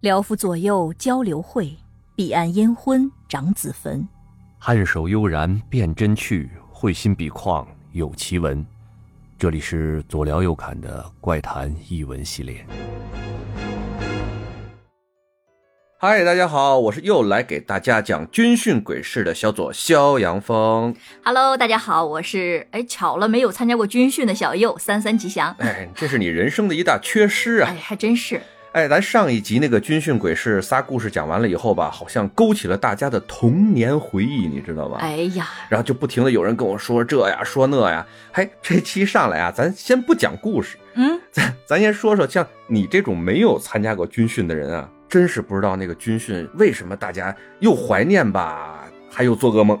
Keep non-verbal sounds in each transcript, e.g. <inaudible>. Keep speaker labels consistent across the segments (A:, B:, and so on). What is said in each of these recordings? A: 辽府左右交流会，彼岸烟婚长子坟。
B: 颔首悠然辨真趣，会心笔况有奇文。这里是左聊右侃的怪谈译文系列。
C: 嗨，大家好，我是又来给大家讲军训鬼事的小左肖阳峰。
A: Hello，大家好，我是哎巧了没有参加过军训的小右三三吉祥。
C: 哎，这是你人生的一大缺失啊！
A: 哎，还真是。
C: 哎，咱上一集那个军训鬼事仨故事讲完了以后吧，好像勾起了大家的童年回忆，你知道吗？
A: 哎呀，
C: 然后就不停的有人跟我说这呀，说那呀。嘿，这期上来啊，咱先不讲故事，
A: 嗯，
C: 咱咱先说说像你这种没有参加过军训的人啊，真是不知道那个军训为什么大家又怀念吧，还又做噩梦。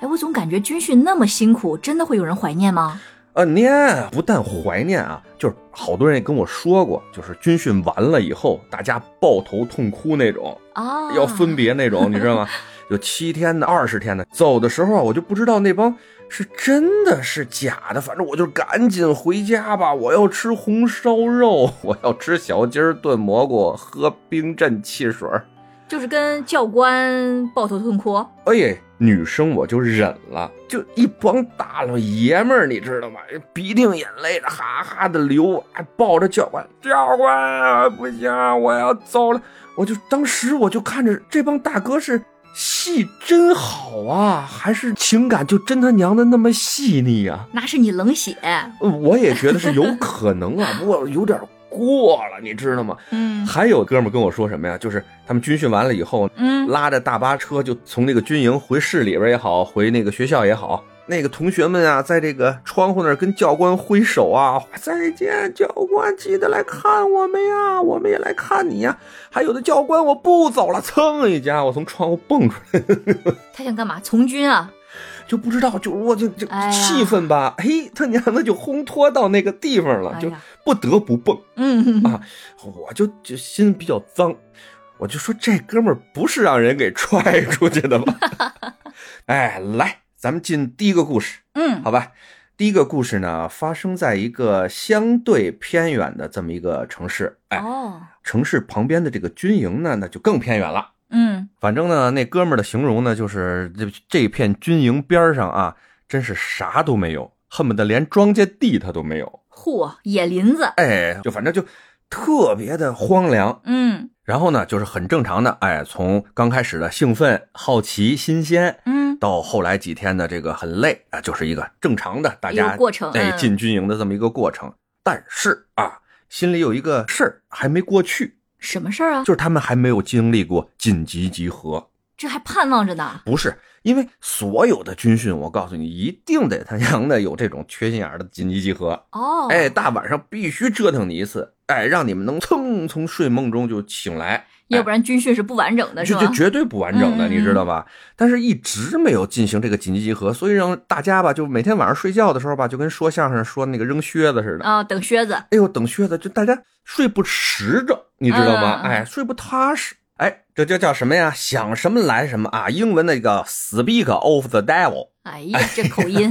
A: 哎，我总感觉军训那么辛苦，真的会有人怀念吗？
C: 呃，念不但怀念啊，就是好多人也跟我说过，就是军训完了以后，大家抱头痛哭那种，
A: 啊，
C: 要分别那种，你知道吗？有七天的、二十天的。走的时候啊，我就不知道那帮是真的是假的，反正我就赶紧回家吧。我要吃红烧肉， <laughs> 我要吃小鸡儿炖蘑菇，喝冰镇汽水儿。
A: 就是跟教官抱头痛哭。
C: 哎，女生我就忍了，就一帮大老爷们儿，你知道吗？鼻涕眼泪的哈哈的流，还抱着教官，教官不行，我要走了。我就当时我就看着这帮大哥是戏真好啊，还是情感就真他娘的那么细腻啊？
A: 那是你冷血，
C: 呃我也觉得是有可能啊， <laughs> 不过有点过了，你知道吗？
A: 嗯
C: 还有哥们儿跟我说什么呀？就是他们军训完了以后，
A: 嗯，
C: 拉着大巴车就从那个军营回市里边也好，回那个学校也好，那个同学们啊，在这个窗户那儿跟教官挥手啊，再见，教官，记得来看我们呀，我们也来看你呀。还有的教官，我不走了，噌一下，我从窗户蹦出来，
A: 他想干嘛？从军啊？
C: 就不知道，就我就就
A: 哎呀
C: 气氛吧，嘿，他娘的就烘托到那个地方了，
A: 哎
C: 就
A: 呀
C: 不得不蹦。
A: 嗯，
C: 啊我就就心比较脏，我就说这哥们儿不是让人给踹出去的吧？ <laughs> 哎，来，咱们进第一个故事，
A: 嗯
C: 好吧？第一个故事呢，发生在一个相对偏远的这么一个城市，哎，
A: 哦，
C: 城市旁边的这个军营呢，那就更偏远了。
A: 嗯，
C: 反正呢，那哥们儿的形容呢，就是这这片军营边儿上啊，真是啥都没有，恨不得连庄稼地他都没有，
A: 嚯，野林子，
C: 哎，就反正就特别的荒凉。
A: 嗯
C: 然后呢，就是很正常的，哎，从刚开始的兴奋、好奇、新鲜，
A: 嗯，
C: 到后来几天的这个很累啊，就是一个正常的大
A: 一个
C: 家
A: 过程，
C: 哎
A: 嗯
C: 进军营的这么一个过程。但是啊，心里有一个事儿还没过去，
A: 什么事儿啊？
C: 就是他们还没有经历过紧急集合，
A: 这还盼望着呢。
C: 不是因为所有的军训，我告诉你，一定得他娘的有这种缺心眼儿的紧急集合，
A: 哦，
C: 哎，，大晚上必须折腾你一次，哎，让你们能蹭从睡梦中就醒来，
A: 要不然军训是不完整的，是
C: 这
A: 吧？
C: 这绝对不完整的，
A: 嗯嗯
C: 你知道吧？但是一直没有进行这个紧急集合，所以让大家吧，就每天晚上睡觉的时候吧，就跟说相声说那个扔靴子似的。
A: 啊，等靴子，
C: 哎呦，等靴子，就大家睡不实着，你知道吗？
A: 嗯
C: 哎，睡不踏实。哎，这就叫什么呀？想什么来什么啊！英文那个 “speak of the devil”。
A: 哎呀，这口
C: <laughs>
A: 音，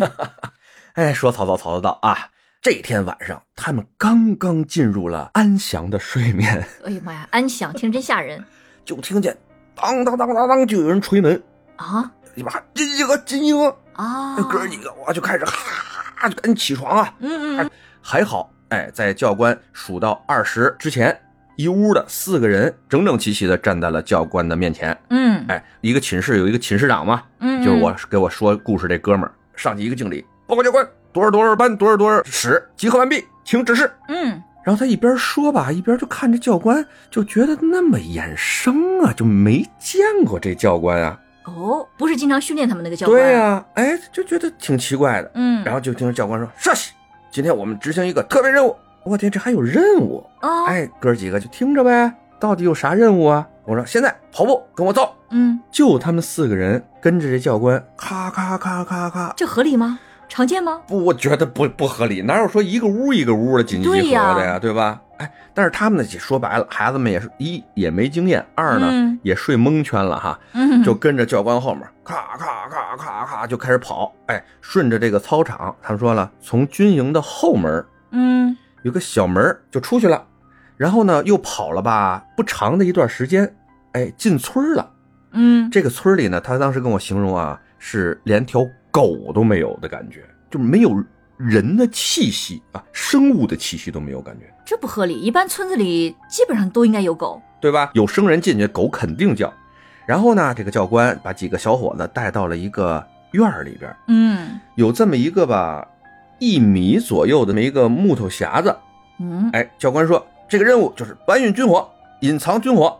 C: 哎，说曹操，曹操到啊！这天晚上，他们刚刚进入了安详的睡眠，
A: 哎呀妈呀，安响听着真吓人
C: 就听见当当当当当，就有人捶门。
A: 啊
C: 你妈，金英啊，金英啊！
A: 啊！
C: 那哥几个我就开始哈，就赶紧起床啊！
A: 嗯嗯
C: 还好，哎，在教官数到二十之前，一屋的四个人整整齐齐的站在了教官的面前。
A: 嗯
C: 哎，一个寝室有一个寝室长嘛，
A: 嗯，
C: 就是我给我说故事这哥们儿，上去一个敬礼，报告教官，多少多少班多少多少室集合完毕，请指示。
A: 嗯，嗯，
C: 然后他一边说吧，一边就看着教官，就觉得那么眼生啊，就没见过这教官啊。
A: 哦，不是经常训练他们那个教官，
C: 对呀、哎，就觉得挺奇怪的。
A: 嗯，
C: 然后就听教官说：“上去，今天我们执行一个特别任务。”我天，这还有任务？
A: 哦，
C: 哎，哥几个就听着呗，到底有啥任务啊？我说现在跑步，跟我走。
A: 嗯，
C: 就他们四个人跟着这教官，咔咔咔咔咔。
A: 这合理吗？常见吗？
C: 不，我觉得不不合理，哪有说一个屋一个屋的紧急集
A: 对呀
C: 合的呀，对吧？
A: 嗯
C: 哎，但是他们呢，说白了，孩子们也是一也没经验，二呢、
A: 嗯
C: 也睡蒙圈了哈，
A: 嗯，
C: 就跟着教官后面，咔咔咔咔咔就开始跑。哎，顺着这个操场，他们说了，从军营的后门
A: 嗯
C: 有个小门儿就出去了。然后呢又跑了吧不长的一段时间，哎，进村儿了。
A: 嗯，
C: 这个村儿里呢，他当时跟我形容啊，是连条狗都没有的感觉，就没有人的气息啊，生物的气息都没有感觉，
A: 这不合理。一般村子里基本上都应该有狗。
C: 对吧？有生人进去，狗肯定叫。然后呢，这个教官把几个小伙子带到了一个院儿里边儿，
A: 嗯
C: 有这么一个吧，一米左右的这么一个木头匣子。
A: 嗯
C: 哎，教官说这个任务就是搬运军火，隐藏军火。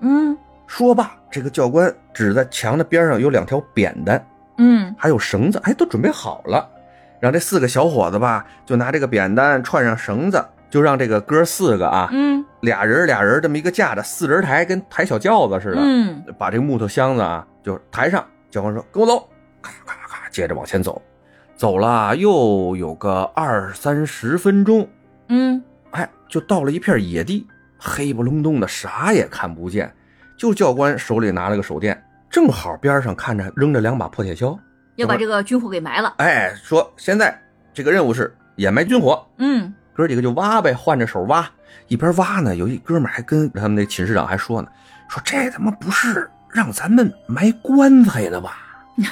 A: 嗯
C: 说罢，这个教官指在墙的边上有两条扁担，
A: 嗯
C: 还有绳子，哎，都准备好了。然后这四个小伙子吧，就拿这个扁担串上绳子，就让这个哥四个啊，
A: 嗯
C: 俩人俩人这么一个架着，四人抬，跟抬小轿子似的，
A: 嗯
C: 把这个木头箱子啊就抬上。教官说：“跟我走！”咔咔咔，接着往前走。走了又有个二三十分钟，
A: 嗯
C: 哎，就到了一片野地，黑不隆咚的，啥也看不见。就教官手里拿了个手电，正好边上看着扔着两把破铁锹。
A: 要把这个军火给埋了。
C: 哎，说现在这个任务是掩埋军火，
A: 嗯
C: 哥几个就挖呗，换着手挖。一边挖呢，有一哥们儿还跟他们那寝室长还说呢，说这他妈不是让咱们埋棺材的吧？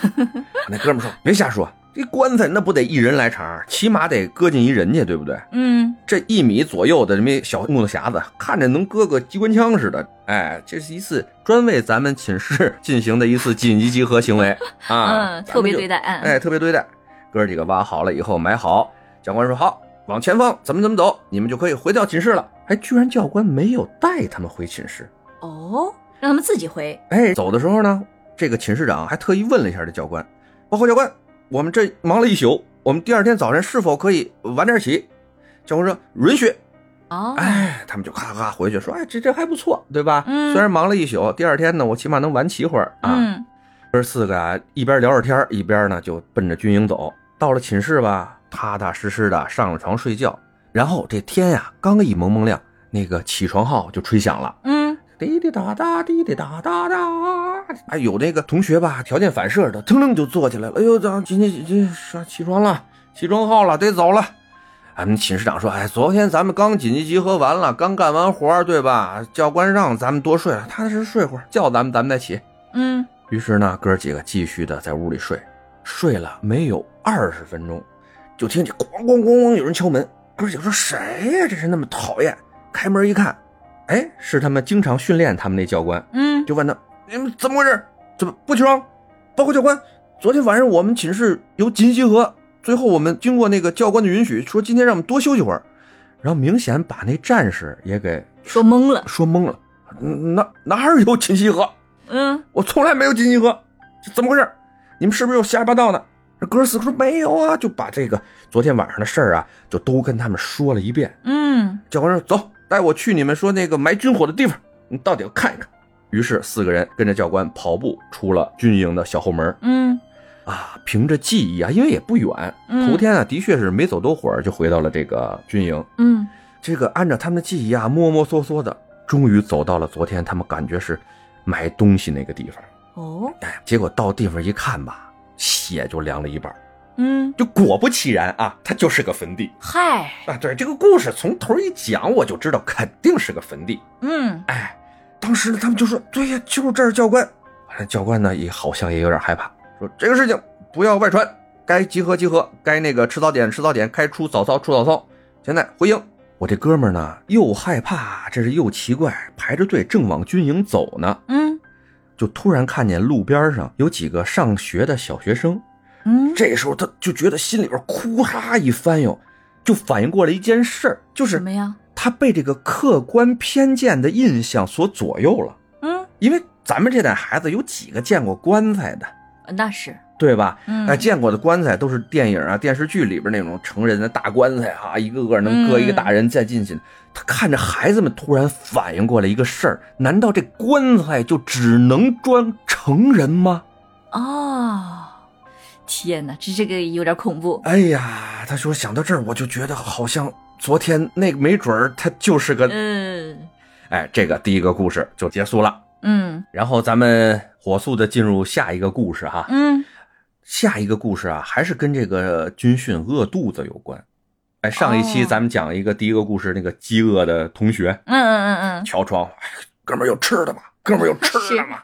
C: <laughs> 那哥们儿说别瞎说，这棺材那不得一人来茬儿，起码得搁进一人去，对不对？
A: 嗯
C: 这一米左右的这么一小木头匣子，看着能搁个机关枪似的。哎，这是一次专为咱们寝室 <laughs> 进行的一次紧急集合
A: <laughs>
C: 行为啊，
A: 嗯，特别对
C: 待。
A: 待。嗯
C: 哎，特别对待。哥几个挖好了以后埋好，教官说好，往前方怎么怎么走，你们就可以回到寝室了。哎，居然教官没有带他们回寝室。
A: 哦，让他们自己回。
C: 哎，走的时候呢，这个寝室长还特意问了一下这教官，报告教官，我们这忙了一宿，我们第二天早晨是否可以晚点起？教官说允许。
A: 哦，
C: 哎，他们就咔咔回去说，哎，这这还不错，对吧？
A: 嗯
C: 虽然忙了一宿，第二天呢，我起码能晚起会儿啊。
A: 嗯
C: 哥四个啊，一边聊着天儿，一边呢就奔着军营走。到了寝室吧，踏踏实实的上了床睡觉。然后这天呀、刚一蒙蒙亮，那个起床号就吹响了，
A: 嗯
C: 滴滴答答，滴滴答答答。哎，有那个同学吧，条件反射的，腾楞就坐起来了。哎呦，这今天这上起床了，起床号了，得走了。俺们寝室长说：“哎，昨天咱们刚紧急集合完了，刚干完活儿，对吧？教官让咱们多睡了，踏踏实实睡会儿，叫咱们咱们再起。”
A: 嗯
C: 于是呢，哥几个继续的在屋里睡，睡了没有二十分钟，就听见咣咣咣咣有人敲门。哥几个说：“谁呀、这是那么讨厌！”开门一看，哎，是他们经常训练他们那教官，
A: 嗯
C: 就问他：“你们怎么回事？怎么不起床？”报告教官，昨天晚上我们寝室有紧急集合，最后我们经过那个教官的允许，说今天让我们多休息会儿。然后明显把那战士也给
A: 说懵了。
C: 说懵了，嗯哪哪儿有紧急集合？
A: 嗯
C: 我从来没有进集合，这怎么回事？你们是不是又瞎八道呢？这哥四个说没有啊，就把这个昨天晚上的事儿啊，就都跟他们说了一遍。
A: 嗯
C: 教官说：“走，带我去你们说那个埋军火的地方，你到底要看一看。”于是四个人跟着教官跑步出了军营的小后门
A: 嗯
C: 啊。凭着记忆啊，因为也不远，
A: 嗯
C: 头天啊的确是没走多会儿就回到了这个军营。
A: 嗯
C: 这个按照他们的记忆啊，摸摸索索的，终于走到了昨天他们感觉是埋东西那个地方。
A: 哦
C: 哎，结果到地方一看吧，血就凉了一半儿，
A: 嗯
C: 就果不其然啊，它就是个坟地
A: 嗨
C: 啊。对，这个故事从头一讲我就知道肯定是个坟地。
A: 嗯
C: 哎，当时呢，他们就说：“对呀，就是这儿，教官。”反正教官呢也好像也有点害怕，说这个事情不要外传，该集合集合，该那个吃早点吃早点，该出早操出早操。现在回营。我这哥们儿呢又害怕，这是又奇怪，排着队正往军营走呢。
A: 嗯
C: 就突然看见路边上有几个上学的小学生。
A: 嗯
C: 这时候他就觉得心里边哭哈一翻涌，就反应过来一件事儿，就
A: 什
C: 是
A: 么呀？
C: 他被这个客观偏见的印象所左右了。
A: 嗯
C: 因为咱们这代孩子有几个见过棺材的，
A: 那是
C: 对吧？
A: 嗯
C: 哎，见过的棺材都是电影啊、电视剧里边那种成人的大棺材啊，一个个能搁一个大
A: 嗯
C: 人再进去。他看着孩子们突然反应过来一个事儿：难道这棺材就只能装成人吗？
A: 哦，天哪，这这个有点恐怖。
C: 哎呀，他说想到这儿，我就觉得好像昨天那个没准儿他就是个……
A: 嗯
C: 哎，这个第一个故事就结束了。
A: 嗯
C: 然后咱们火速的进入下一个故事哈。
A: 嗯
C: 下一个故事啊，还是跟这个军训饿肚子有关。哎，上一期
A: 哦
C: 咱们讲一个第一个故事，那个饥饿的同学
A: 嗯嗯嗯嗯，
C: 敲窗户，哎，哥们儿有吃的吗？哥们儿有吃的吗？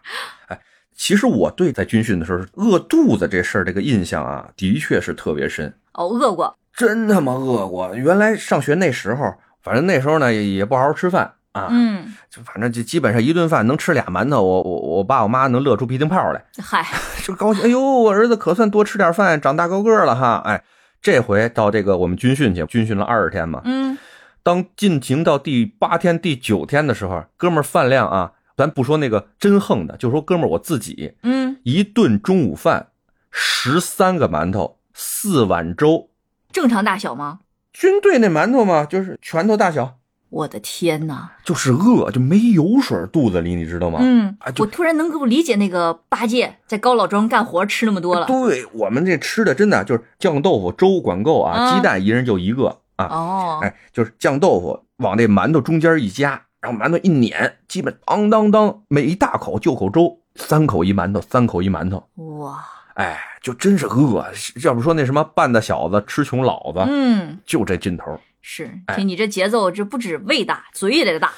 C: 哎，其实我对在军训的时候饿肚子这事儿这个印象啊，的确是特别深，
A: 哦，饿过，
C: 真他妈饿过。原来上学那时候，反正那时候呢也也不好好吃饭啊，
A: 嗯，
C: 就反正就基本上一顿饭能吃俩馒头，我我我爸我妈能乐出鼻涕泡来。 <laughs>
A: 嗨，
C: 就高兴，哎呦，我儿子可算多吃点饭，长大高个儿了哈！哎，这回到这个我们军训去，军训了二十天嘛。
A: 嗯，
C: 当进行到第八天、第九天的时候，哥们儿饭量啊，咱不说那个真横的，就说哥们儿我自己
A: 嗯，
C: 一顿中午饭，十三个馒头，四碗粥，
A: 正常大小吗？
C: 军队那馒头嘛，就是拳头大小，
A: 我的天呐，
C: 就是饿，就没油水肚子里，你知道吗？
A: 嗯
C: 啊，就
A: 我突然能够理解那个八戒在高老庄干活吃那么多了。
C: 对我们这吃的真的就是酱豆腐、粥管够啊，
A: 啊
C: 鸡蛋一人就一个啊。
A: 哦，
C: 哎，就是酱豆腐往这馒头中间一夹，然后馒头一碾，基本当当当，每一大口就口粥，三口一馒头，三口一馒头，
A: 哇，
C: 哎，就真是饿。要不说那什么半大小子吃穷老子，
A: 嗯，
C: 就这劲头。
A: 是，
C: 啊哎
A: 听你这节奏，这不止胃大，嘴也得大。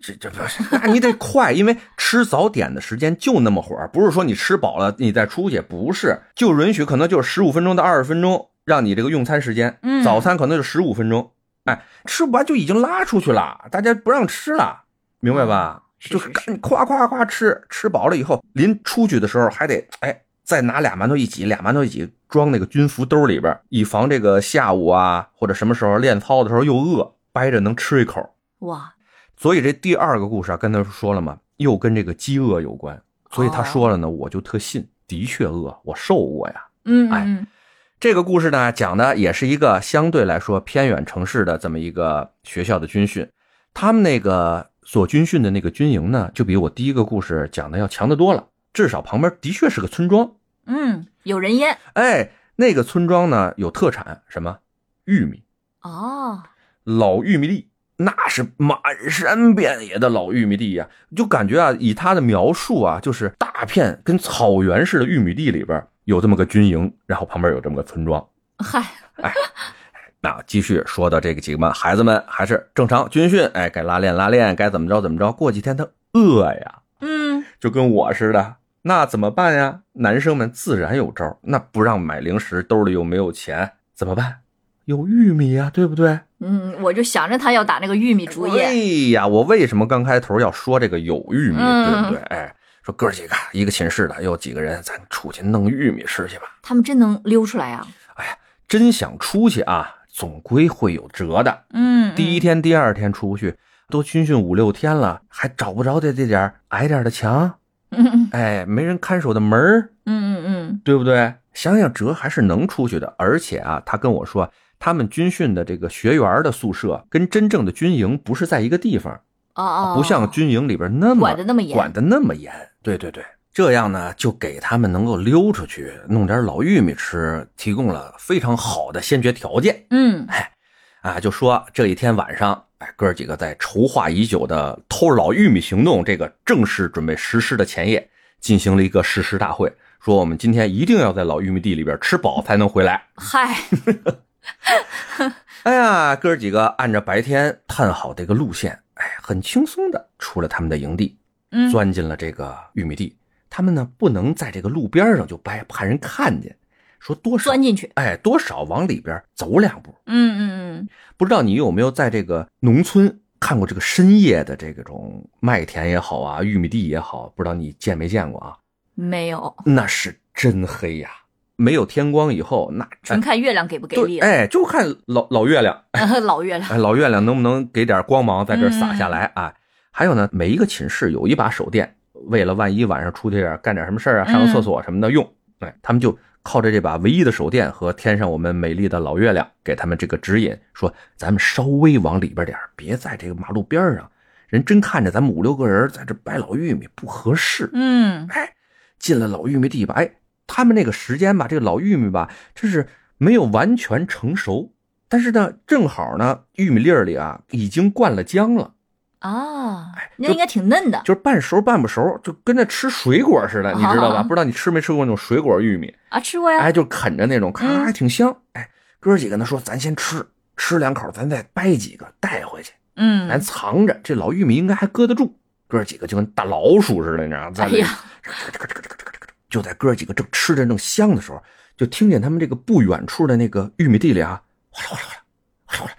C: 这这不是，那你得快，因为吃早点的时间就那么会儿，不是说你吃饱了你再出去，不是，就允许可能就是十五分钟到二十分钟，让你这个用餐时间，
A: 嗯
C: 早餐可能就十五分钟，哎，吃不完就已经拉出去了，大家不让吃了，明白吧？
A: 是
C: 就是
A: 是
C: 赶紧夸夸夸吃，吃饱了以后，临出去的时候还得哎。再拿俩馒头一挤，俩馒头一挤装那个军服兜里边，以防这个下午啊或者什么时候练操的时候又饿，掰着能吃一口。
A: 哇，
C: 所以这第二个故事啊，跟他说了嘛，又跟这个饥饿有关。所以他说了呢，我就特信，的确饿，我受过呀。
A: 嗯
C: 哎
A: 嗯
C: 这个故事呢，讲的也是一个相对来说偏远城市的这么一个学校的军训。他们那个所军训的那个军营呢，就比我第一个故事讲的要强得多了。至少旁边的确是个村庄，
A: 嗯嗯，有人烟
C: 哎，那个村庄呢有特产什么玉米，
A: 哦，
C: 老玉米地，那是满山遍野的老玉米地呀、就感觉啊，以他的描述啊，就是大片跟草原似的玉米地里边有这么个军营，然后旁边有这么个村庄。哎
A: 嗨，
C: 那继续说到这个几个嘛，孩子们还是正常军训，哎，该拉练拉练，该怎么着怎么着。过几天他饿呀，
A: 嗯，
C: 就跟我似的，那怎么办呀？男生们自然有招，那不让买零食，兜里又没有钱，怎么办？有玉米呀、对不对？
A: 嗯，我就想着他要打那个玉米竹
C: 哎
A: 叶，
C: 呀，我为什么刚开头要说这个有玉米，
A: 嗯
C: 对不对？哎，说哥几个一个寝室的，有几个人，咱出去弄玉米吃去吧。
A: 他们真能溜出来啊。
C: 真想出去啊，总归会有辙的。
A: 嗯，
C: 第一
A: 一，
C: 天、第二天出不去，都军训五六天了，还找不着这这点儿矮点儿的墙，
A: 嗯嗯
C: 哎，没人看守的门儿，
A: 嗯嗯
C: 对不对？想想辙还是能出去的。而且啊，他跟我说，他们军训的这个学员的宿舍跟真正的军营不是在一个地方。
A: 嗯，哦哦，
C: 啊不像军营里边那么
A: 管得那么严
C: 管得那么严。对对对，这样呢，就给他们能够溜出去弄点老玉米吃，提供了非常好的先决条件
A: 嗯，
C: 啊。就说这一天晚上，哎，哥几个在筹划已久的偷老玉米行动这个正式准备实施的前夜，进行了一个誓师大会，说我们今天一定要在老玉米地里边吃饱才能回来。
A: 嗨，
C: 哎呀，哥儿几个按照白天探好这个路线，哎，很轻松的出了他们的营地。
A: 嗯，
C: 钻进了这个玉米地。他们呢不能在这个路边上就掰，怕人看见。说多少
A: 钻进去，
C: 哎，多少往里边走两步。
A: 嗯嗯嗯，
C: 不知道你有没有在这个农村看过这个深夜的这种麦田也好啊，玉米地也好，不知道你见没见过啊？
A: 没有，
C: 那是真黑呀、没有天光以后，那
A: 纯看月亮给不给力
C: 对，
A: 了。
C: 哎，就看老老月亮，
A: <laughs> 老月亮，嗯
C: 哎，老月亮能不能给点光芒在这儿洒下来啊？还有呢，每一个寝室有一把手电，为了万一晚上出去点儿干点什么事儿啊，上
A: 嗯
C: 个厕所什么的用。哎，他们就靠着这把唯一的手电和天上我们美丽的老月亮，给他们这个指引，说咱们稍微往里边点儿，别在这个马路边儿上，人真看着咱们五六个人在这掰老玉米不合适。
A: 嗯，
C: 哎，进了老玉米地吧，哎，他们那个时间吧，这个老玉米吧，这是没有完全成熟，但是呢，正好呢，玉米粒儿里啊已经灌了浆了，
A: 啊，那
C: 哎就
A: 应该挺嫩的
C: 就是半熟半不熟，就跟那吃水果似的，你知道吧？
A: 啊
C: 不知道你吃没吃过那种水果玉米？哎
A: 啊，吃过呀，
C: 哎，就啃着那种，咔，
A: 嗯
C: 还挺香。哎，哥儿几个呢说咱先吃，吃两口，咱再掰几个带回去，咱
A: 嗯，
C: 藏着。这老玉米应该还搁得住，哥几个就跟大老鼠似的，你知道吗？在
A: 哎
C: 那
A: 呀，
C: 就在哥几个正吃着正香的时候，就听见他们这个不远处的那个玉米地里啊，哗啦哗啦哗啦哗啦哗啦，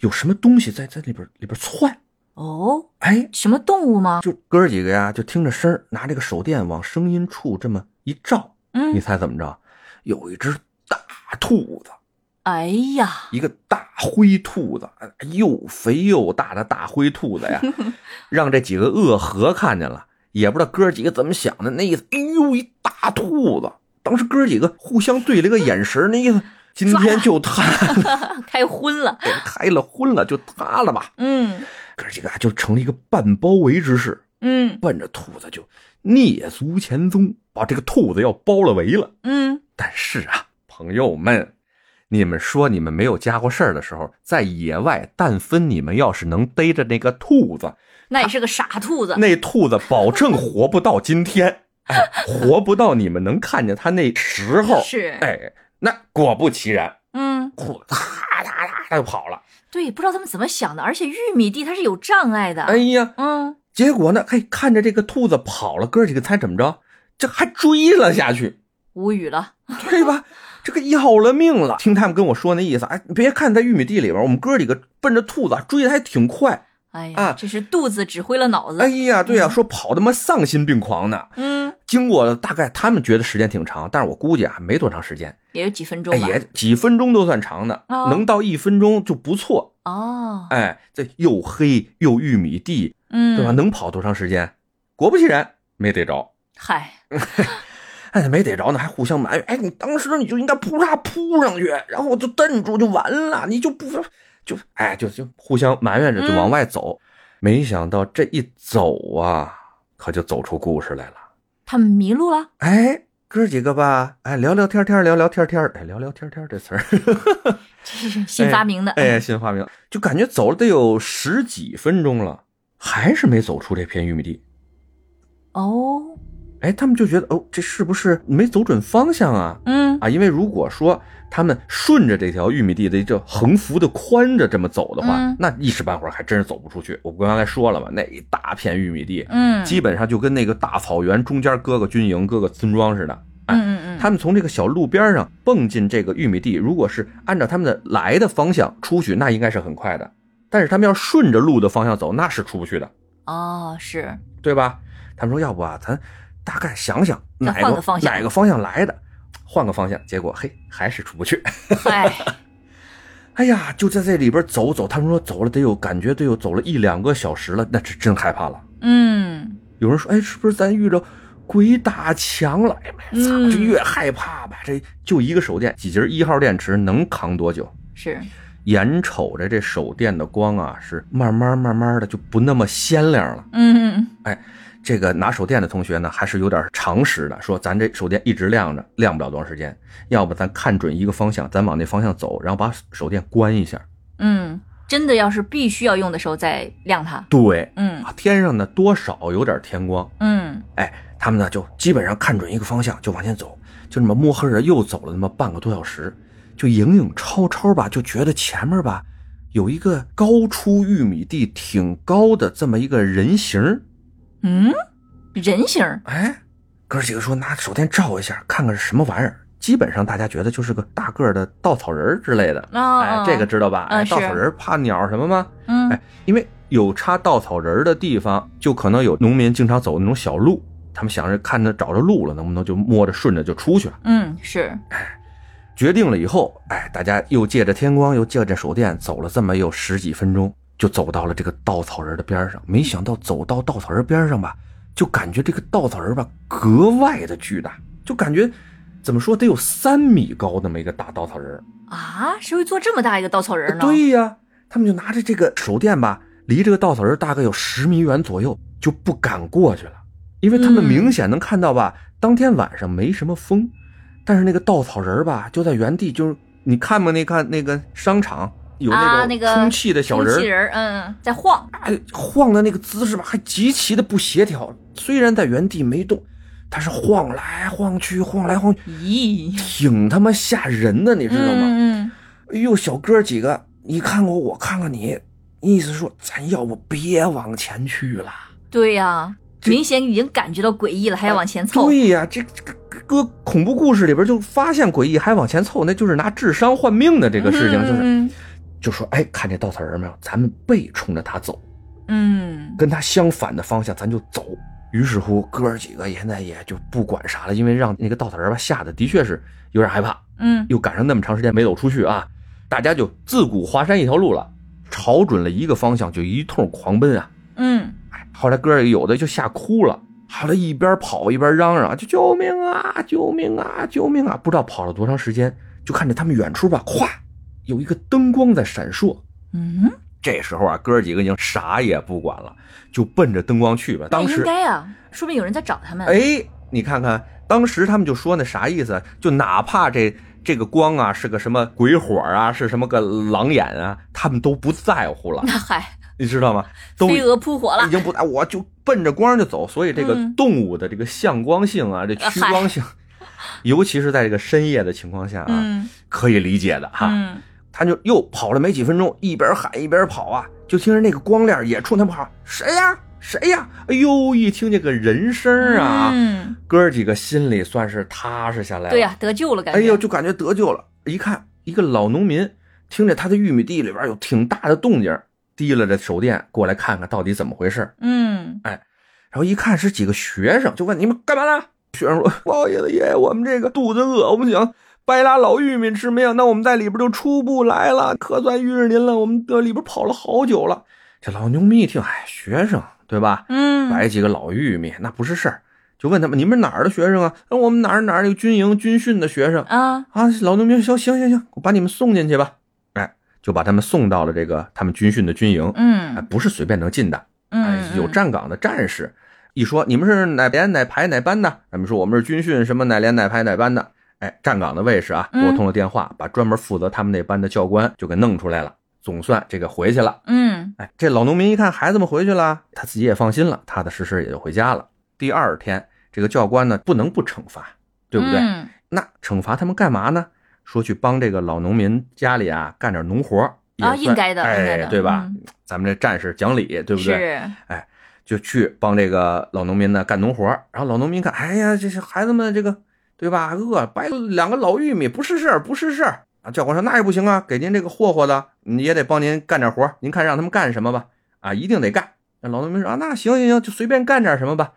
C: 有什么东西在在里边里边窜。
A: 哦，
C: 哎，
A: 什么动物吗？
C: 就哥几个呀，就听着声儿，拿这个手电往声音处这么一照，你
A: 嗯，
C: 猜怎么着？有一只大兔子，
A: 哎呀，
C: 一个大灰兔子，哎又肥又大的大灰兔子呀，让这几个恶河看见了，也不知道哥几个怎么想的，那意思，哎呦，一大兔子！当时哥几个互相对了个眼神，那意思，今天就他了，
A: 开荤了，
C: 给开了荤了，就他了吧。
A: 嗯
C: 哥几个啊就成了一个半包围之势，
A: 嗯
C: 奔着兔子就蹑足前踪，把这个兔子要包了围了。
A: 嗯，
C: 但是啊，朋友们，你们说你们没有家伙事儿的时候，在野外，但分你们要是能逮着那个兔子，
A: 那也是个傻兔子，
C: 那兔子保证活不到今天，哎，活不到你们能看见它那时
A: <laughs>
C: 候。
A: 是
C: 哎，那果不其然，
A: 嗯，
C: 兔子啪嗒嗒它就跑了。
A: 对，不知道他们怎么想的，而且玉米地它是有障碍的，
C: 哎呀，
A: 嗯，
C: 结果呢，嘿，看着这个兔子跑了，哥几个猜怎么着？这还追了下去。
A: 无语了，
C: 对吧？这个要了命了！听他们跟我说那意思，哎，你别看在玉米地里边，我们哥几个奔着兔子啊追的还挺快。
A: 哎呀，
C: 啊
A: 这是肚子指挥了脑
C: 哎
A: 子，
C: 呀，对呀、说跑他妈丧心病狂呢。
A: 嗯，
C: 经过了大概他们觉得时间挺长，但是我估计啊没多长时间，
A: 也有几分钟
C: 哎
A: 吧，
C: 也几分钟都算长的，
A: 哦
C: 能到一分钟就不错。
A: 哦，
C: 哎，这又黑又玉米地，对吧？
A: 嗯，
C: 能跑多长时间？果不其然，没逮着。
A: 嗨，
C: 哎，没逮着呢，还互相埋怨。哎，你当时你就应该扑啦扑上去，然后就蹬住就完了，你就不就哎就就互相埋怨着就往外走。没想到这一走啊，可就走出故事来了。
A: 他们迷路了，
C: 哎，哥几个吧，哎，聊聊天天，聊聊天天，哎，聊聊天天这词儿， <laughs>
A: 这是新发明的，嗯
C: 哎，新发明，就感觉走了得有十几分钟了，还是没走出这片玉米地。
A: 哦，
C: 哎，他们就觉得哦，这是不是没走准方向啊？
A: 嗯，
C: 啊，因为如果说他们顺着这条玉米地的这横幅的宽着这么走的话，
A: 嗯
C: 那一时半会儿还真是走不出去。我刚才说了嘛，那一大片玉米地，
A: 嗯，
C: 基本上就跟那个大草原中间搁个军营、搁个村庄似的。
A: 嗯嗯嗯，
C: 他们从这个小路边上蹦进这个玉米地，如果是按照他们的来的方向出去，那应该是很快的。但是他们要顺着路的方向走，那是出不去的，
A: 哦，是，
C: 对吧？他们说，要不啊，咱大概想想
A: 咱
C: 哪
A: 换
C: 个
A: 个方向
C: 哪个方向来的，换个方向。结果嘿，还是出不去。 <laughs>
A: 嗨，
C: 哎呀，就在这里边走走，他们说走了得有感觉，得有走了一两个小时了，那是真害怕了。
A: 嗯，
C: 有人说，哎，是不是咱遇着鬼打墙了？哎呀妈呀，操，
A: 嗯
C: 这越害怕吧，这就一个手电，几节一号电池能扛多久？
A: 是，
C: 眼瞅着这手电的光啊，是慢慢慢慢的就不那么鲜亮了。
A: 嗯嗯
C: 这个拿手电的同学呢，还是有点常识的，说咱这手电一直亮着，亮不了多长时间，要不咱看准一个方向，咱往那方向走，然后把手电关一下。
A: 嗯，真的要是必须要用的时候再亮它，
C: 对，
A: 嗯
C: 啊，天上呢多少有点天光，
A: 嗯，
C: 哎，他们呢就基本上看准一个方向就往前走，就这么摸黑着啊又走了那么半个多小时，就影影绰绰吧，就觉得前面吧有一个高出玉米地挺高的这么一个人形儿，
A: 嗯，人形儿，
C: 哎，哥几个说拿手电照一下，看看是什么玩意儿。基本上大家觉得就是个大个儿的稻草人儿之类的，
A: 哦
C: 哎，这个知道吧？
A: 嗯
C: 哎，稻
A: 是
C: 草人儿怕鸟什么吗？
A: 嗯，
C: 哎，因为有插稻草人儿的地方，就可能有农民经常走那种小路，他们想着看着找着路了，能不能就摸着顺着就出去了。
A: 嗯，是，
C: 决定了以后，哎，大家又借着天光，又借着手电，走了这么有十几分钟，就走到了这个稻草人的边上。没想到走到稻草人边上吧，就感觉这个稻草人吧格外的巨大，就感觉怎么说得有三米高那么一个大稻草人儿。
A: 啊，谁会做这么大一个稻草人呢？，
C: 对呀、他们就拿着这个手电吧，离这个稻草人大概有十米远左右，就不敢过去了，因为他们
A: 嗯
C: 明显能看到吧，当天晚上没什么风，但是那个稻草人吧就在原地，就是你看没那看那个商场有
A: 啊，
C: 那
A: 那
C: 种
A: 个
C: 充气的小
A: 充气
C: 人
A: 人儿，
C: 儿，
A: 嗯，在晃，
C: 哎，晃的那个姿势吧，还极其的不协调，虽然在原地没动。但是晃来晃去，晃来晃去，
A: 咦，
C: 挺他妈吓人的，你知道吗？
A: 嗯嗯
C: 哎呦，小哥几个你看我，我看看你，意思说咱要不别往前去了。
A: 嗯对呀，
C: 这
A: 明显已经感觉到诡异了，还要往前凑。
C: 对呀、这这个搁恐怖故事里边就发现诡异，还往前凑，那就是拿智商换命的这个事情，就是
A: 嗯
C: 就说，哎，看见稻草人没有？咱们背冲着他走，
A: 嗯
C: 跟他相反的方向咱就走。于是乎，哥儿几个现在也就不管啥了，因为让那个稻草人吧吓得的确是有点害怕，
A: 嗯
C: 又赶上那么长时间没走出去啊，大家就自古华山一条路了，朝准了一个方向就一通狂奔啊。
A: 嗯
C: 哎，后来哥儿有的就吓哭了，后来一边跑一边嚷嚷啊，就救命啊，救命啊，救命啊！不知道跑了多长时间，就看着他们远处吧，咵，有一个灯光在闪烁。
A: 嗯，
C: 这时候啊，哥儿几个已经啥也不管了，就奔着灯光去吧。当
A: 那哎应
C: 时，
A: 该啊，说明有人在找他们。
C: 哎，你看看，当时他们就说那啥意思？就哪怕这这个光啊是个什么鬼火啊，是什么个狼眼啊，他们都不在乎
A: <laughs>
C: 了，
A: 那嗨，
C: 你知道吗？都
A: 飞蛾扑火了
C: 已。经不大，哎我就奔着光就走。所以这个
A: 嗯哎
C: 动物的这个向光性啊，这趋光性，尤其是在这个深夜的情况下啊，
A: 嗯
C: 可以理解的哈。
A: 嗯
C: 他就又跑了没几分钟，一边喊一边跑啊，就听着那个光亮也冲他们喊：“谁呀？谁呀？”哎呦，一听这个人声啊，
A: 嗯，
C: 哥儿几个心里算是踏实下来了。
A: 对呀，得救了，感觉。
C: 哎呦，就感觉得救了。一看，一个老农民听着他的玉米地里边有挺大的动静，提了着手电过来看看到底怎么回事儿。
A: 嗯
C: 然后一看是几个学生，就问你们干嘛呢？学生说：“不好意思，爷爷，我们这个肚子饿，我们想白拉老玉米吃没有，那我们在里边就出不来了，可算遇着您了。我们这里边跑了好久了。”这老农民一听，哎，学生对吧？
A: 嗯
C: 摆几个老玉米那不是事儿，就问他们：“你们哪儿的学生啊？”“啊我们哪儿哪儿有军营军训的学生。”
A: 啊
C: 啊，老农民说：“行行行，我把你们送进去吧。”哎，就把他们送到了这个他们军训的军营，哎，
A: 嗯
C: 不是随便能进的。哎，
A: 嗯，
C: 有站岗的战士，一说你们是哪连哪排哪班的，咱们说我们是军训什么哪连哪排哪班的，哎，站岗的卫士啊，给我
A: 嗯
C: 通了电话，把专门负责他们那班的教官就给弄出来了，总算这个回去了。
A: 嗯
C: 哎，这老农民一看孩子们回去了，他自己也放心了，踏踏实实也就回家了。第二天，这个教官呢不能不惩罚，对不对？
A: 嗯
C: 那惩罚他们干嘛呢？说去帮这个老农民家里啊干点农活儿也
A: 啊
C: 算
A: 应该的应该
C: 哎，
A: 的
C: 对吧？
A: 嗯
C: 咱们这战士讲理，对不对？
A: 是
C: 就去帮这个老农民呢干农活儿然后老农民看，哎呀，这是孩子们这个对吧？饿，掰两个老玉米不是事儿，不是事儿啊！教官说那也不行啊，给您这个霍霍的，你也得帮您干点活儿您看让他们干什么吧？啊，一定得干。那老农民说啊，那行行行，就随便干点什么吧。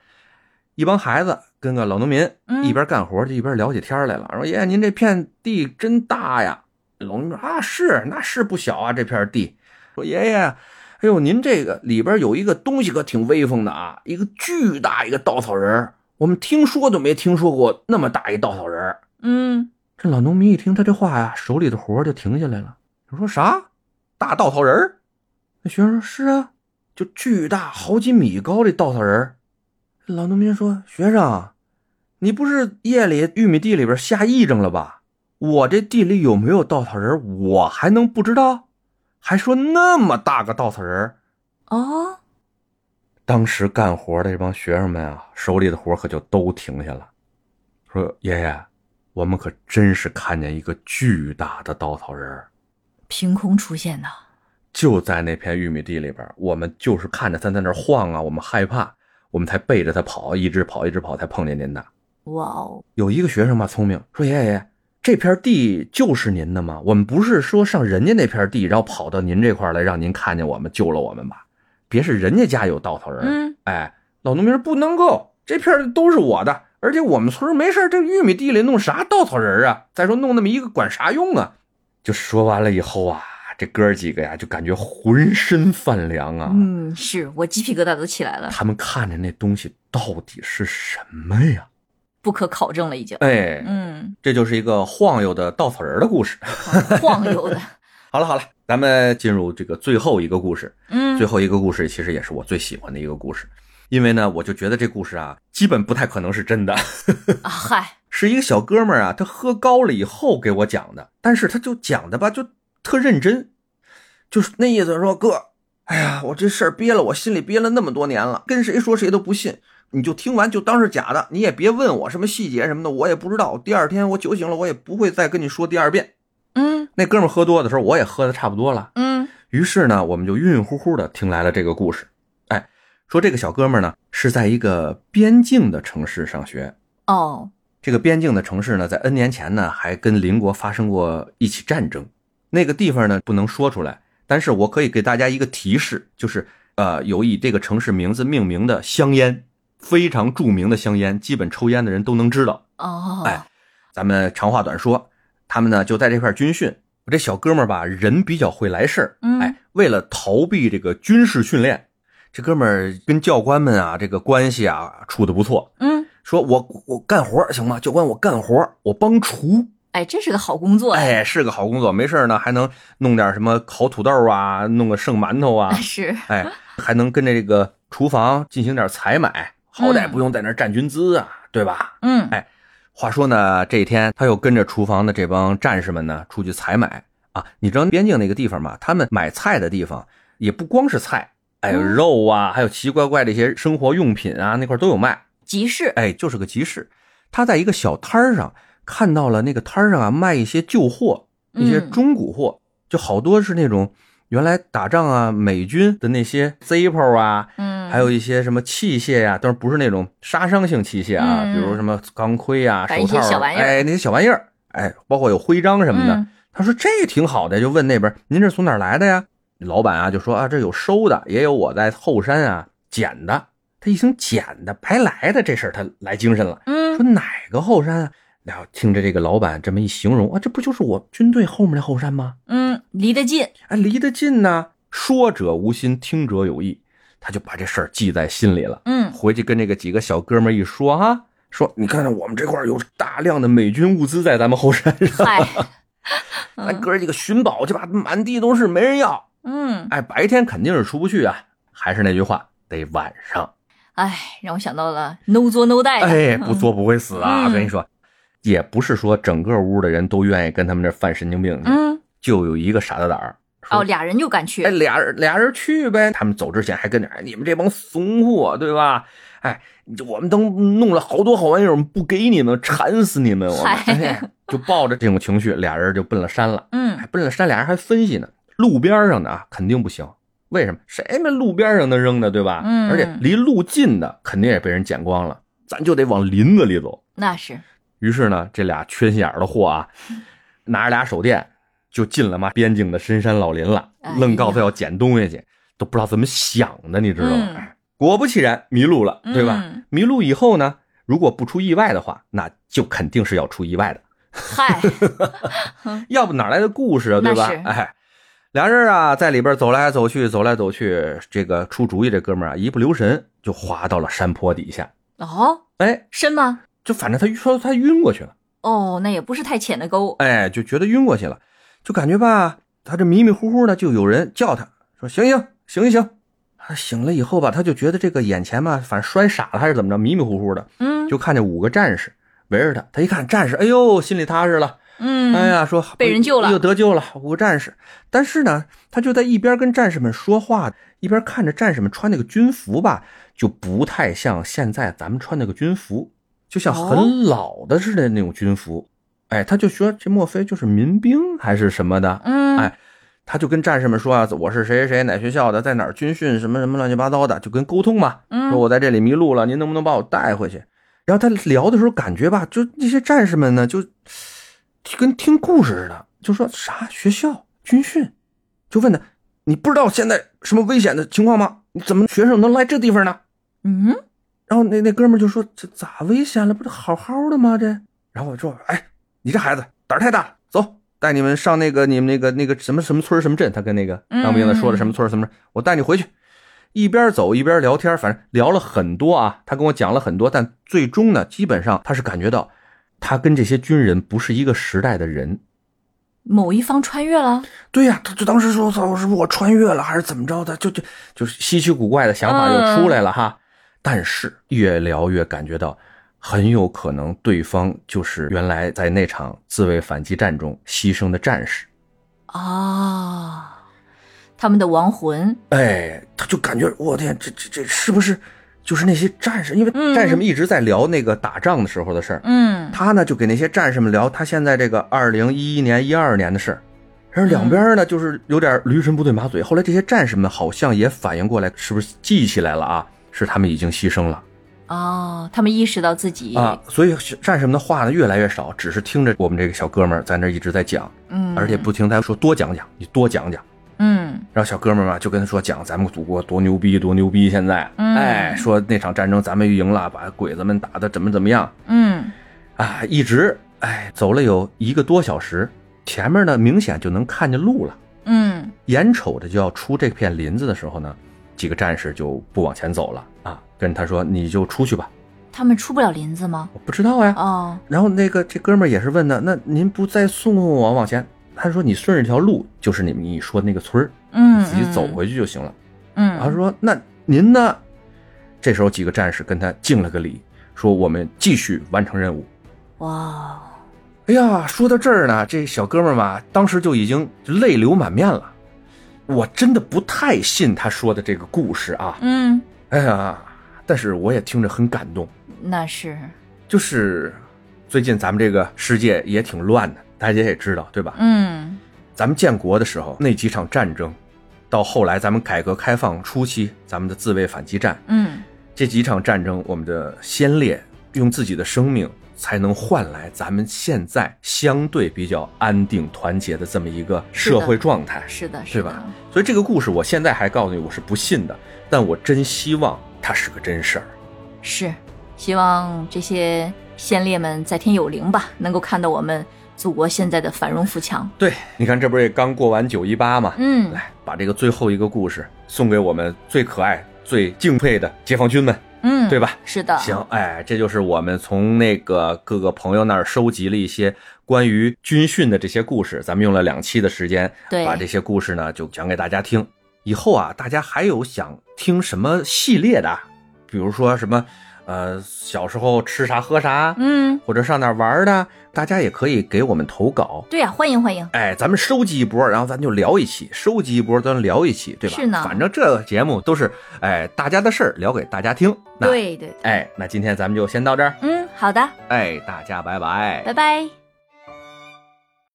C: 一帮孩子跟个老农民啊
A: 嗯
C: 一边干活儿就一边聊起天儿来了，说爷爷您这片地真大呀。老农民说啊是，那是不小啊这片地。说爷爷，哎呦，您这个里边有一个东西可挺威风的啊，一个巨大一个稻草人儿，我们听说都没听说过那么大一稻草人儿。
A: 嗯
C: 这老农民一听他这话呀，手里的活儿就停下来了。他说啥？大稻草人儿？那学生说是啊，就巨大好几米高这稻草人儿。这老农民说：“学生，你不是夜里玉米地里边瞎癔症了吧？我这地里有没有稻草人儿，我还能不知道？还说那么大个稻草人儿，
A: 哦
C: 当时干活的这帮学生们啊，手里的活可就都停下了，说：“爷爷，我们可真是看见一个巨大的稻草人儿，
A: 凭空出现的，
C: 就在那片玉米地里边儿。我们就是看着他在那儿晃啊，我们害怕，我们才背着他跑，一直跑，一直跑，才碰见您的。
A: 哇哦，
C: 有一个学生吧，聪明，说：‘爷爷爷爷，这片地就是您的吗？我们不是说上人家那片地，然后跑到您这块儿来，让您看见我们，救了我们吧？别是人家家有稻草人儿，
A: 嗯
C: 哎，老农民说不能够，这片儿都是我的，而且我们村儿没事儿这玉米地里弄啥稻草人儿啊？再说弄那么一个管啥用啊？就说完了以后啊，这哥儿几个呀就感觉浑身泛凉啊。
A: 嗯，是我鸡皮疙瘩都起来了，
C: 他们看着那东西到底是什么呀？
A: 不可考证了已经。
C: 哎，
A: 嗯，
C: 这就是一个晃悠的稻草人儿的故事。 <laughs>
A: 晃悠的，
C: 好了好了，咱们进入这个最后一个故事。
A: 嗯
C: 最后一个故事其实也是我最喜欢的一个故事，因为呢，我就觉得这故事啊，基本不太可能是真的。
A: 啊嗨，
C: 是一个小哥们儿啊，他喝高了以后给我讲的，但是他就讲的吧，就特认真，就是那意思说哥，哎呀，我这事儿憋了，我心里憋了那么多年了，跟谁说谁都不信，你就听完就当是假的，你也别问我什么细节什么的，我也不知道。第二天我酒醒了，我也不会再跟你说第二遍。
A: 嗯
C: 那哥们儿喝多的时候，我也喝的差不多了。
A: 嗯
C: 于是呢，我们就晕晕乎乎的听来了这个故事。哎，说这个小哥们儿呢是在一个边境的城市上学。
A: 哦
C: 这个边境的城市呢，在 N 年前呢还跟邻国发生过一起战争。那个地方呢不能说出来，但是我可以给大家一个提示，就是呃，有以这个城市名字命名的香烟，非常著名的香烟，基本抽烟的人都能知道。
A: 哦，
C: 哎咱们长话短说，他们呢就在这块儿军训。我这小哥们儿吧，人比较会来事儿，
A: 嗯
C: 哎，为了逃避这个军事训练，这哥们儿跟教官们啊这个关系啊处的不错。
A: 嗯，
C: 说我我干活儿行吗？教官，我干活儿，我帮厨，
A: 哎，这是个好工作，
C: 哎，是个好工作。没事儿呢，还能弄点什么烤土豆啊，弄个剩馒头啊 <laughs>
A: 是，
C: 哎，还能跟着这个厨房进行点采买，好歹
A: 嗯
C: 不用在那儿占军资啊，对吧？
A: 嗯
C: 哎话说呢，这一天他又跟着厨房的这帮战士们呢出去采买啊。你知道边境那个地方嘛，他们买菜的地方也不光是菜，哎有
A: 嗯
C: 肉啊，还有奇奇怪怪的一些生活用品啊，那块儿都有卖。
A: 集市，
C: 哎，就是个集市。他在一个小摊儿上看到了那个摊儿上啊卖一些旧货，一些
A: 嗯
C: 中古货，就好多是那种原来打仗啊美军的那些 Zippo 啊，
A: 嗯，
C: 还有一些什么器械呀、但是不是那种杀伤性器械啊，
A: 嗯
C: 比如什么钢盔啊、
A: 反
C: 手
A: 正
C: 套
A: 一些小
C: 啊，
A: 玩意儿
C: 哎，那些小玩意儿，哎，包括有徽章什么的。
A: 嗯
C: 他说这挺好的，就问那边您这从哪儿来的呀？老板啊就说啊，这有收的，也有我在后山啊捡的。他一听捡的白来的这事儿，他来精神了，说
A: 嗯，
C: 哪个后山啊？然后听着这个老板这么一形容啊，这不就是我军队后面的后山吗？
A: 嗯，离得近，
C: 哎，离得近呢。说者无心，听者有意，他就把这事儿记在心里了。
A: 嗯
C: 回去跟这个几个小哥们儿一说哈、说你看看我们这块儿有大量的美军物资在咱们后山上，
A: 嗨， <laughs>
C: 哎，
A: 嗯
C: 哥儿几个寻宝去吧，满地都是，没人要。
A: 嗯，
C: 哎，白天肯定是出不去啊，还是那句话，得晚上。
A: 哎，让我想到了 no 作 no 带的，
C: 哎，不作不会死啊！
A: 嗯
C: 跟你说，也不是说整个屋的人都愿意跟他们这犯神经病去，
A: 嗯，
C: 就有一个傻大胆儿。说
A: 哦，俩人就敢去
C: 哎，，俩人俩人去呗。他们走之前还跟着，哎，你们这帮怂货，对吧？哎，你我们都弄了好多好玩意儿，我们不给你们，馋死你们！我们、
A: 嗨
C: 哎、就抱着这种情绪，俩人就奔了山了。哎
A: 嗯，，
C: 奔了山，俩人还分析呢，路边上的啊肯定不行，为什么？谁们路边上能扔的，对吧？
A: 嗯
C: 而且离路近的肯定也被人捡光了，咱就得往林子里走。
A: 那是，
C: 于是呢，这俩缺心眼儿的货啊，拿着俩手电就进了嘛边境的深山老林了
A: 哎，
C: 愣告诉要捡东西去，都不知道怎么想的，你知道吗？
A: 嗯
C: 哎果不其然，迷路了，对吧？
A: 嗯
C: 迷路以后呢，如果不出意外的话，那就肯定是要出意外的，
A: 嗨，
C: 要不哪来的故事啊，对吧
A: 那是？
C: 哎，俩人啊，在里边走来走去，走来走去，这个出主意这哥们儿啊，一不留神就滑到了山坡底下，
A: 哦，
C: 哎，
A: 深吗？
C: 就反正他说他晕过去了。
A: 哦，那也不是太浅的沟，
C: 哎，就觉得晕过去了，就感觉吧，他这迷迷糊糊的，就有人叫他说：“醒醒，醒一醒。”他醒了以后吧，他就觉得这个眼前吧，反正摔傻了还是怎么着，迷迷糊糊的，
A: 嗯，
C: 就看见五个战士围着他。他一看战士，哎呦，心里踏实了。
A: 嗯，
C: 哎，呀，说
A: 被人救了
C: 又得救了，五个战士。但是呢，他就在一边跟战士们说话，一边看着战士们穿那个军服吧，就不太像现在咱们穿那个军服，就像
A: 哦
C: 很老的似的那种军服。哎，他就说这莫非就是民兵还是什么的？
A: 嗯，
C: 哎他就跟战士们说啊，我是谁谁谁哪学校的，在哪儿军训，什么什么乱七八糟的，就跟沟通嘛。
A: 嗯
C: 说我在这里迷路了，您能不能把我带回去？然后他聊的时候，感觉吧，就那些战士们呢，就跟听故事似的，就说啥学校军训，就问他，你不知道现在什么危险的情况吗？你怎么学生能来这地方呢？
A: 嗯，
C: 然后那那哥们儿就说：“这咋危险了？不是好好的吗？这。”然后我说：“哎，你这孩子胆儿太大了，走，带你们上那个你们那个那个什么什么村儿什么镇。”他跟那个当兵的说了
A: 嗯
C: 什么村儿什么镇，我带你回去。一边走一边聊天，反正聊了很多啊。他跟我讲了很多，但最终呢，基本上他是感觉到，他跟这些军人不是一个时代的人。
A: 某一方穿越了，
C: 对呀、他就当时说：“操，是不是我穿越了，还是怎么着的？”就就就是稀奇古怪的想法就出来了哈。但是越聊越感觉到，很有可能对方就是原来在那场自卫反击战中牺牲的战士。
A: 啊，他们的亡魂，
C: 哎，他就感觉我天，这这这是不是就是那些战士？因为
A: 嗯
C: 战士们一直在聊那个打仗的时候的事儿，
A: 嗯
C: 他呢就给那些战士们聊他现在这个二零一一年、一二年的事儿。
A: 嗯
C: 然后两边呢就是有点驴唇不对马嘴。后来这些战士们好像也反应过来，是不是记起来了啊？是他们已经牺牲了
A: 哦，他们意识到自己，
C: 啊，所以战士们的话呢越来越少，只是听着我们这个小哥们儿在那儿一直在讲，
A: 嗯，
C: 而且，不停地说多讲讲，你多讲讲。
A: 嗯
C: 然后小哥们儿嘛就跟他说讲咱们祖国多牛逼多牛逼，现在，
A: 嗯
C: 哎，说那场战争咱们赢了，把鬼子们打的怎么怎么样
A: 嗯，
C: 啊，一直哎走了有一个多小时，前面呢明显就能看见路了，
A: 嗯，
C: 眼瞅着就要出这片林子的时候呢，几个战士就不往前走了啊，跟他说你就出去吧，
A: 他们出不了林子吗？
C: 我不知道呀。
A: 哦，
C: 然后那个这哥们儿也是问呢，那您不再送送我往前？他说你顺着这条路就是你们你说的那个村儿，
A: 嗯，
C: 你自己走
A: 嗯
C: 回去就行了。
A: 嗯，
C: 他说：“那您呢？”这时候几个战士跟他敬了个礼，说：“我们继续完成任务。
A: 哇，”
C: 哎呀，说到这儿呢，这小哥们儿嘛，当时就已经泪流满面了。我真的不太信他说的这个故事啊，
A: 嗯，
C: 哎呀，但是我也听着很感动。
A: 那是，
C: 就是最近咱们这个世界也挺乱的，大家也知道对吧？
A: 嗯
C: 咱们建国的时候那几场战争，到后来咱们改革开放初期，咱们的自卫反击战，
A: 嗯
C: 这几场战争，我们的先烈用自己的生命才能换来咱们现在相对比较安定团结的这么一个社会状态，
A: 是的，
C: 对
A: 是
C: 吧
A: 的，？
C: 所以这个故事我现在还告诉你，我是不信的，但我真希望它是个真事儿。
A: 是，希望这些先烈们在天有灵吧，能够看到我们祖国现在的繁荣富强。
C: 对，你看，这不是也刚过完九一八吗？
A: 嗯，
C: 来，把这个最后一个故事送给我们最可爱、最敬佩的解放军们，
A: 嗯，
C: 对？吧？
A: 是的，
C: 行，，哎，这就是我们从那个各个朋友那儿收集了一些关于军训的这些故事，咱们用了两期的时间，
A: 对
C: 把这些故事呢就讲给大家听。以后啊，大家还有想听什么系列的，啊比如说什么，呃，小时候吃啥喝啥，
A: 嗯，
C: 或者上哪儿玩儿的，大家也可以给我们投稿。
A: 对呀、欢迎欢迎，
C: 哎，咱们收集一波，然后咱就聊一期，收集一波，咱聊一期，对吧？
A: 是呢
C: 反正这个节目都是哎大家的事儿，聊给大家听。那
A: 对对，对
C: 哎哎，那今天咱们就先到这儿。
A: 嗯，好的，
C: 哎，大家拜拜。
A: 拜拜。